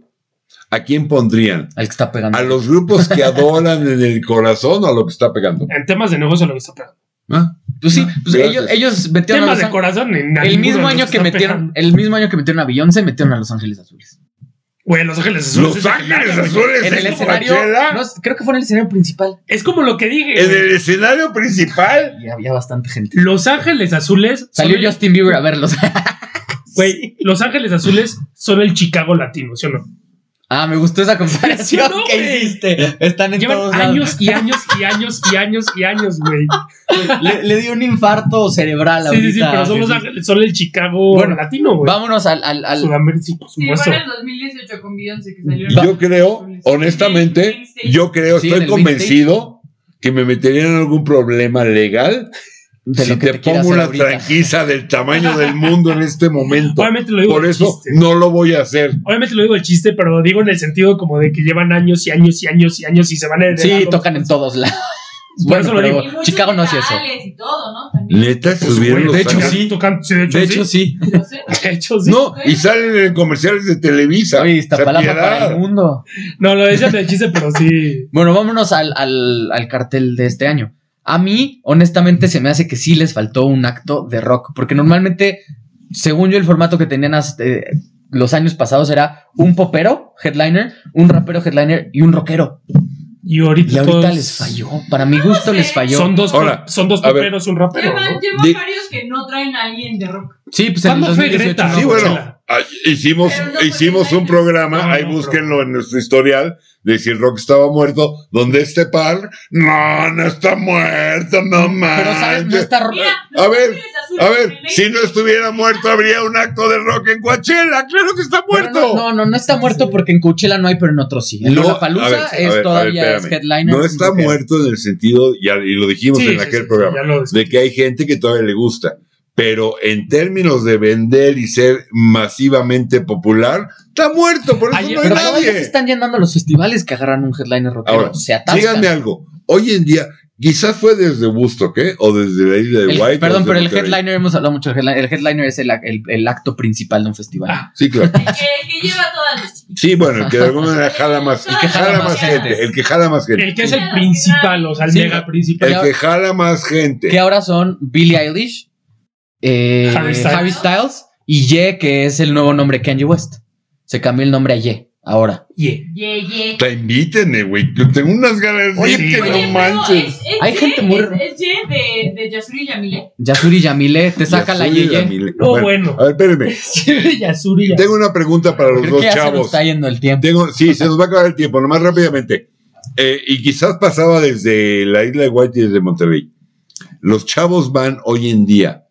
¿a quién pondrían?
Al que está pegando.
¿A los grupos
*laughs*
que adoran en el corazón o a lo que está pegando?
En temas de negocio lo que está pegando.
¿Ah?
Pues sí, pues
Gracias.
ellos, ellos metieron a
Temas
los
de
Ángeles.
corazón. en
El mismo año que metieron, el mismo año que metieron a Beyoncé, metieron a Los Ángeles Azules.
Güey, Los Ángeles Azules.
Los
es
Ángeles
legendario, güey.
Azules ¿eh?
En el
es
escenario,
Coachella,
no, creo que fue en el escenario principal.
Es como lo que dije.
en
güey.
el escenario principal.
Y había bastante gente.
Los Ángeles Azules.
Salió
son el-
Justin Bieber a verlos. *laughs*
Güey, Los Ángeles Azules son el Chicago latino, ¿sí o no?
Ah, me gustó esa comparación
¿Sí o no,
que
güey?
hiciste. Están en todos
Llevan
lados.
años y años y años y años y años, güey.
*laughs* Le, le dio un infarto cerebral
Sí,
ahorita.
sí, sí, pero son, los Ángeles- son el Chicago
Bueno,
latino, güey.
Vámonos al, al, al-
Sudamérica, sí, por
Sí, fue
supuesto.
en el 2018 con Beyoncé que salió.
Y Yo creo, honestamente, yo creo,
Sí, en
estoy
el main
convencido que me metería en algún problema legal
de
si
lo que
te,
te quiera
pongo
hacer
una
ahorita.
tranquiza del tamaño del mundo en este
*laughs*
momento.
Obviamente lo digo
Por
de
eso
chiste.
no lo voy a hacer.
Obviamente lo digo de chiste, pero digo en el sentido como de que llevan años y años y años y años y se van a heredar
Sí,
los-
tocan en todos *laughs* lados. Bueno,
Por eso lo
pero
digo.
Y muchos
Chicago no hace eso.
vitales Y todo, ¿no? También.
Neta, estuvieron
Pues,
Pues
Güey,
los
de hecho,
años.
sí. Tocan, sí, de hecho,
De hecho, sí.
*laughs*
No sé.
*laughs* De hecho, sí.
No, y salen en comerciales de Televisa.
Oye, Iztapalapa
O sea,
para el
piedad.
mundo.
No, lo decía de chiste, pero sí.
Bueno, vámonos al, al, al cartel de este año. A mí, honestamente, se me hace que sí les faltó un acto de rock, porque normalmente, según yo, el formato que tenían hasta, eh, los años pasados era un popero headliner, un rapero headliner y un rockero.
Y ahorita,
Y ahorita
todos-
les falló. Para mi gusto les falló.
Son dos,
Ahora,
son dos
a ver.
poperos, un rapero,
Llevan,
¿no?
llevan
De-
varios que no traen a alguien de rock.
Sí, pues en el
¿Cuándo fue
2018
Greta?
no,
Sí, bueno,
Chela.
ah, hicimos,
Pero no fue
hicimos
Greta.
un programa,
No,
ahí
no,
búsquenlo en nuestro historial, de si el rock estaba muerto, donde este par, no, no está muerto, no
Pero sabes, no
manches.
está rock.
Mira,
A ver,
Ángeles Azules
A ver,
en
si no
México.
estuviera muerto, habría un acto de rock en Coachella, claro que está
Pero
muerto.
No, no, no, no está muerto porque en Coachella no hay, pero en otros sí. En
No,
Lollapalooza
a ver, a ver, a
es
ver,
todavía es
espérame.
headliner.
No está
rockero.
muerto en el sentido, ya, y lo dijimos
Sí,
en
sí,
aquel
sí,
programa,
ya lo-
de que hay gente que todavía le gusta. Pero en términos de vender y ser masivamente popular, está muerto, por eso
Ayer-
no hay
Pero todavía se
nadie.
están llenando los festivales que agarran un headliner rockero.
Ahora,
se atascan.
Díganme algo, hoy en día, quizás fue desde Woodstock, ¿eh? O desde la isla de
El-
White.
perdón,
o desde
pero el
Monterrey.
headliner, hemos hablado mucho del headliner. El headliner es el, el- el acto principal de un festival.
Ah,
Sí, claro.
El que, el que lleva todas las
Sí, bueno, el que de alguna manera jala más,
El
el que jala más gente, el que jala más gente,
El que es
Sí.
el principal, o sea, el
Sí. Eh,
mega principal.
el que jala más
que
gente.
ahora son Billie Eilish, eh,
Harry
Harry,
Styles.
Styles. y Ye, que es el nuevo nombre de Kanye West. Se cambió el nombre a Ye ahora.
Yeah.
Ye, ye.
Te inviten, güey. Yo tengo unas ganas de
Oye,
ir que
oye,
no
pero
manches.
es- es
Hay
Ye,
gente muy-
Es, es Ye de, de Yasuri Yamile.
Yasuri Yamile, te eh, saca la Ye.
Yasuri
Ye.
Yamile.
No, oh, bueno. *laughs*
A ver, espérenme.
Yasuri, Yasuri.
Tengo una pregunta para los
Creo
dos
que ya se nos
chavos.
está yendo el tiempo.
Tengo, sí, se nos va a acabar el tiempo, nomás rápidamente. Eh, y quizás pasaba desde la isla de White y desde Monterrey. Los chavos van hoy en día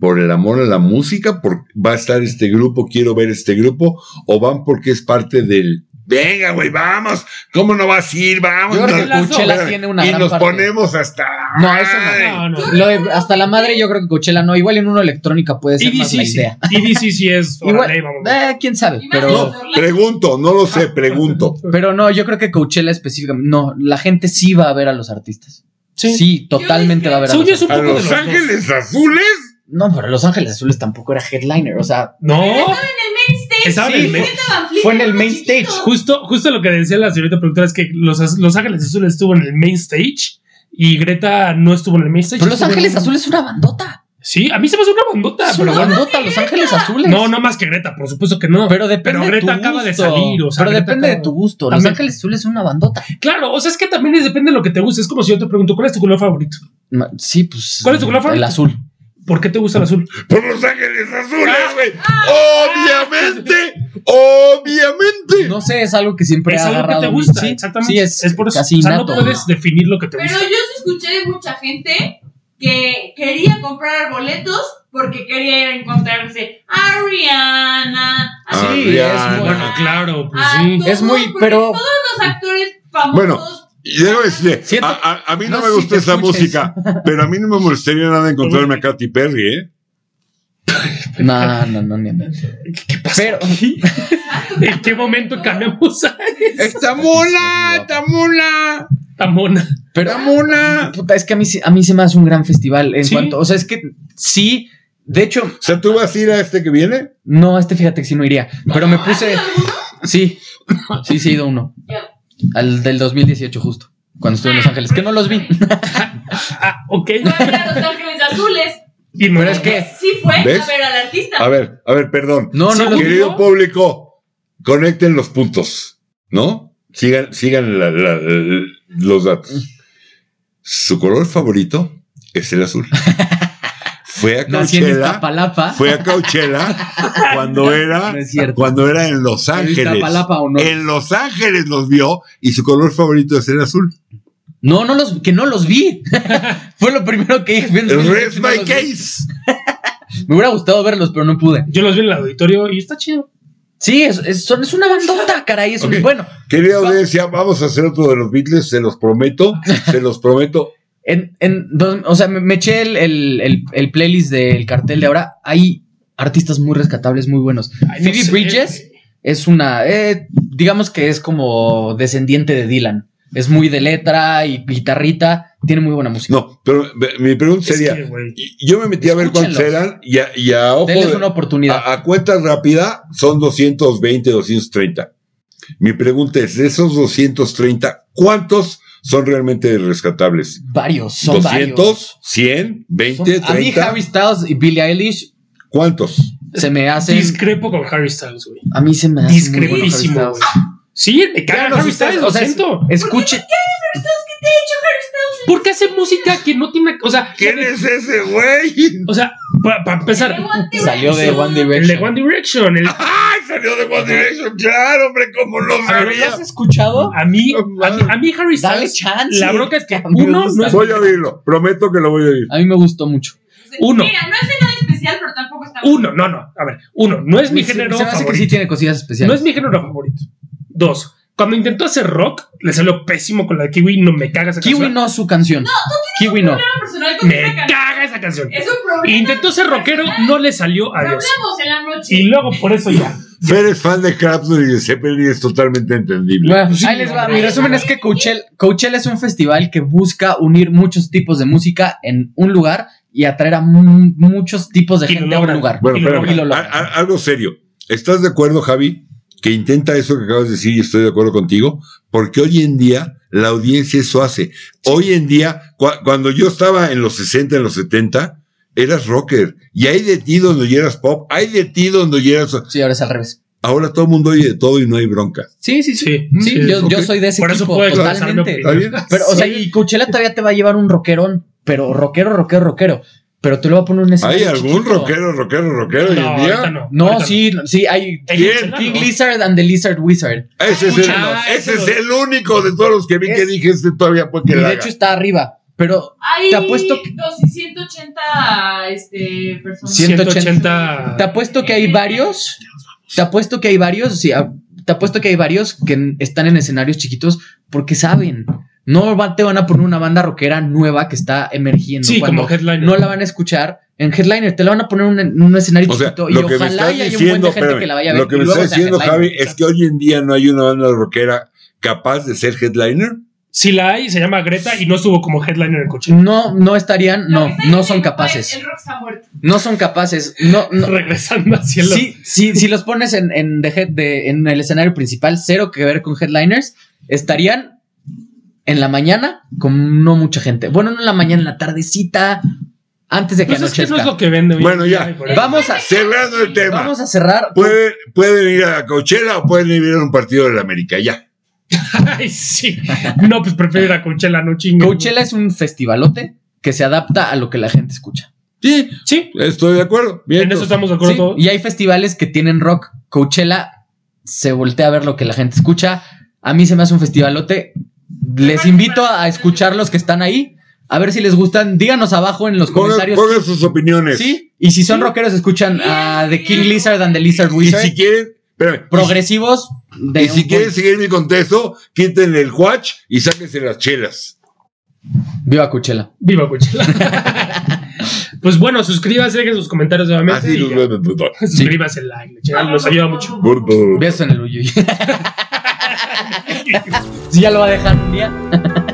por el amor a la música, por va a estar este grupo, quiero ver este grupo, o van porque es parte del. Venga, güey, vamos. ¿Cómo no vas a ir? Vamos.
Yo creo
no,
que Coachella
espérame,
tiene una
Y
gran
nos
parte.
ponemos hasta.
No, eso no.
Ay.
No, no.
Lo de- hasta la madre yo creo que Coachella no. Igual en uno electrónica puede ser
EDC
más la
sí.
idea.
EDC sí es.
*laughs* Igual-
órale, vamos.
Eh, ¿Quién sabe?
Y más
Pero...
en
No,
Orlando.
pregunto, no lo sé, pregunto.
Pero no, *laughs* yo creo que Coachella específicamente. No, la gente sí va a ver a los artistas.
Sí.
Sí, totalmente va a ver a
Según
los
yo es un
artistas.
¿A
poco de
Los
los dos.
Ángeles Azules?
No, pero Los Ángeles Azules tampoco era headliner. O sea,
No,
Estaba en el
Sí,
main stage. Greta Van Fleet
fue en
era
el
muy
main
chiquito.
stage.
justo, justo lo que decía la señorita productora es que Los, los Ángeles Azules estuvo en el main stage y Greta no estuvo en el main stage.
pero Los
estuvo en-
Ángeles Azules es una bandota.
Sí, a mí se me hace una bandota,
Es
Ah, pero
una
bueno.
bandota, Los Ángeles Azules.
No, no más que Greta, por supuesto que no.
Pero depende
Pero Greta
de tu
acaba de
gusto.
salir, o sea,
pero
Greta
depende de
acaba-
tu gusto. Los
También-
Ángeles Azules es una bandota.
claro, o sea, es que también es- depende de lo que te guste. Es como si yo te pregunto, ¿cuál es tu color favorito?
Ma- Sí, pues.
¿Cuál es tu color
El
favorito?
azul.
¿Por qué te gusta el azul?
por Los Ángeles Azules, güey.
Ah,
Obviamente, obviamente.
No sé, es algo que siempre
es
ha
algo que
agarrado.
te
mi-
gusta,
sí,
exactamente.
Sí, es,
por eso.
casi
o sea, no
innato.
puedes definir lo que te
Pero yo
gusta.
sí escuché de mucha gente que quería comprar boletos porque quería ir a encontrarse a Rihanna. a-
Ariana.
Ah, sí, es muy-
Bueno, claro, pues
a
sí.
todos,
Es muy,
porque
pero-
Todos los actores famosos.
Bueno, Y debo decirle,
Siento-
a, a- a mí no,
no,
me
si
gusta
te
esa
escuches.
música, pero a mí no me molestaría nada encontrarme a Katy Perry, ¿eh?
No, no, no, ni-
¿Qué, qué pasa?
Pero.
*laughs* ¿En qué momento cambiamos a
¡Está mola! ¡Está mola!
esta mona?
pero
¡Está mola!
Puta, es que a mí, sí- a mí se me hace un gran festival. En
Sí.
cuanto, o sea, es que sí. De hecho,
O sea, ¿tú vas a ir a este que viene?
no, este fíjate que sí no iría. Pero me puse. Sí, sí, sí, he ido a uno.
Ya.
Al del 2018, justo. Cuando estuve en Los Ángeles. Que no
*laughs*
los vi.
Ah, ok.
Fue a ver a Los Ángeles Azules.
Y no,
Pero es que.
Sí fue
¿Ves?
a ver al artista.
A ver, a ver, perdón.
No, no los vi.
Querido público, conecten los puntos, ¿no? Sigan, sigan la- la- la-
*laughs*
los datos. Su color favorito es el azul. fue a
Nací en
Coachella,
Iztapalapa.
fue a Coachella cuando era,
No es cierto.
cuando era en Los
En
Ángeles. Eh.
Iztapalapa o no.
En Los Ángeles los vio y su color favorito es el azul.
No, no los, que no los vi. *laughs* Fue lo primero que dije. *laughs* No
Rest
los
my
vi.
case.
Me hubiera gustado verlos, pero no pude.
Yo los vi en el auditorio y está chido.
Sí, es, es- son- es una bandota, caray. Es un-
Ok.
bueno.
Querida
Va-
audiencia, vamos a hacer otro de los Beatles, se los prometo, se los prometo.
En, en dos- o sea, me, me eché el, el- el- el playlist del cartel de ahora. Hay artistas muy rescatables, muy buenos.
Ay, no
Phoebe
sé,
Bridges
güey.
es una. eh, digamos que es como descendiente de Dylan. Es muy de letra y guitarrita. Tiene muy buena música.
No, pero me- mi pregunta
Es
sería,
que, güey,
y- yo me metí a ver cuántos
Escúchenlos.
eran y a, y a ojo
Denles
de-
una oportunidad.
a, a cuenta rápida son 220, 230. Mi pregunta es, de esos 230, ¿cuántos son realmente rescatables?
varios, son varios.
200, 100, 20,
Son- a mí
30.
Harry Styles y Billie Eilish
¿Cuántos?
se me hacen.
Discrepo con Harry Styles, güey.
a mí se me hacen. muy buenos Harry
Discrepísimo,
Styles.
güey. Sí, me
Ya
caga
nos
Harry
ustedes,
Styles,
o
lo
sea, es-
siento.
Escuche,
¿Por qué hace música que no tiene. O sea,
¿Quién es ese güey?
o sea para empezar,
salió de One
el de
Direction.
One Direction. el-
¡Ay, salió de One Direction! ¡Claro, hombre! ¿Cómo lo
A ver, ¿lo
sabía?
¿Has escuchado?
a, mí, a, mí, a mí Harry
Dale
Styles.
chance.
La bronca es que
A mí me
uno
gusta.
no es-
Voy a oírlo, prometo que lo voy a oír.
A mí me gustó mucho.
Uno.
Mira, no es nada especial, pero tampoco está.
Uno, no, no. A ver, uno, no es mi
Se-
género
se me hace que
favorito.
sí tiene cosillas
No
especiales.
es mi género favorito. Dos, cuando intentó hacer rock, le salió pésimo con la de Kiwi. No me caga esa
Kiwi
canción.
no es su canción. Kiwi no.
Es un personal con
Me
esa canción.
caga esa canción. E
Es un problema.
Intentó ser rockero, no le salió
Lo
adiós.
hablamos en la noche.
Y luego por eso ya.
Fer es fan de Clapton y de Zeppelin y es totalmente entendible.
Bueno, pues,
sí,
ahí les va.
hombre.
Mi resumen es que Coachella, Coachella es un festival que busca unir muchos tipos de música en un lugar y atraer a mu- muchos tipos de
Y lo
gente a un
logran.
lugar.
Bueno,
Y lo-
espérame,
y lo logra.
a- a- algo serio. ¿Estás de acuerdo, Javi, que intenta eso que acabas de decir y estoy de acuerdo contigo? Porque hoy en día la audiencia eso hace. Hoy en día, cua- cuando yo estaba en los 60, en los 70, eras rocker. Y hay de ti donde ya eras pop, hay de ti donde ya eras...
Sí, ahora es al revés.
Ahora todo el mundo oye de todo y no hay bronca.
Sí, sí, sí.
Sí,
Sí,
sí,
yo,
ok.
yo soy de ese
Por eso
tipo,
puedo expresar mi
totalmente.
¿Está
opinión.
bien?
Pero, o sea,
Sí.
y Coachella todavía te va a llevar un rockerón, pero rockero, rockero, rockero. Pero tú le vas a poner un
¿Hay
escenario
algún
chiquito.
rockero, rockero, rockero hoy
No,
en día?
ahorita no.
No,
ahorita
sí, sí, hay
El
¿Quién?
Isla, ¿no?
King Lizard and the Lizard Wizard.
Ese, es el,
Ah,
ese
ese
es
lo-
el único de todos los que vi que
Es-
dije, este todavía puede
Y
que la
de
haga.
hecho está arriba, pero
Hay
Te apuesto-
180 este, personas.
180.
te apuesto que hay varios. Te apuesto que hay varios, sí, a- te apuesto que hay varios que en- están en escenarios chiquitos porque saben. No va- te van a poner una banda rockera nueva que está emergiendo.
Sí,
cuando
como headline.
no la van a escuchar en headliner, te la van a poner en un- en un escenario
O sea,
chiquito y
lo que me
ojalá
estás
y haya un buen
diciendo,
de gente
espérame,
que la vaya a ver.
lo que
y
me
luego
estás
sea
diciendo,
headliner.
Javi, es que hoy en día no hay una banda rockera capaz de ser headliner.
Si la hay, se llama Greta y no estuvo como headliner en el coche.
No, no estarían,
Lo que
no,
está
no
diciendo
son
es,
capaces.
El rock está muerto.
No son capaces. No, no.
Regresando hacia el.
Sí, sí, si los pones en, en, the head- de- en el escenario principal, cero que ver con headliners, estarían en la mañana con no mucha gente. Bueno, no en la mañana, en la tardecita, antes de que
Pues es que
anochezca.
no es lo que vende. hoy
Bueno,
en día,
ya.
y por eso.
Vamos a-
Cerrando el tema.
Vamos a cerrar.
Pues,
Pueden, pueden ir a Coachella o pueden ir a un partido de la América, ya.
*laughs* Ay, sí. No, pues prefiero ir a Coachella, no chingue.
Coachella es un festivalote que se adapta a lo que la gente escucha.
Sí,
Sí,
estoy de acuerdo. Bien,
en eso
entonces.
estamos de acuerdo
Sí,
todos.
y hay festivales que tienen rock. Coachella se voltea a ver lo que la gente escucha. A mí se me hace un festivalote. Les invito a escuchar los que están ahí. A ver si les gustan. Díganos abajo en los
Pongan,
comentarios.
pongan sus opiniones.
Sí. Y si son rockeros, escuchan a The King Lizard and the Lizard
Y
Wizard.
si quieren, espérame,
Progresivos. De
y si
un-
quieren seguir mi contexto, quítenle el watch y sáquense las chelas.
Viva Coachella.
Viva Coachella. *laughs* pues bueno, suscríbase, dejen sus comentarios nuevamente.
Así
y
los
ya.
veo en el futuro.
Suscríbase, like, la chingada, nos ayuda mucho.
Burdo.
*laughs* Besos en el Uyuy. si ya lo va a dejar un día.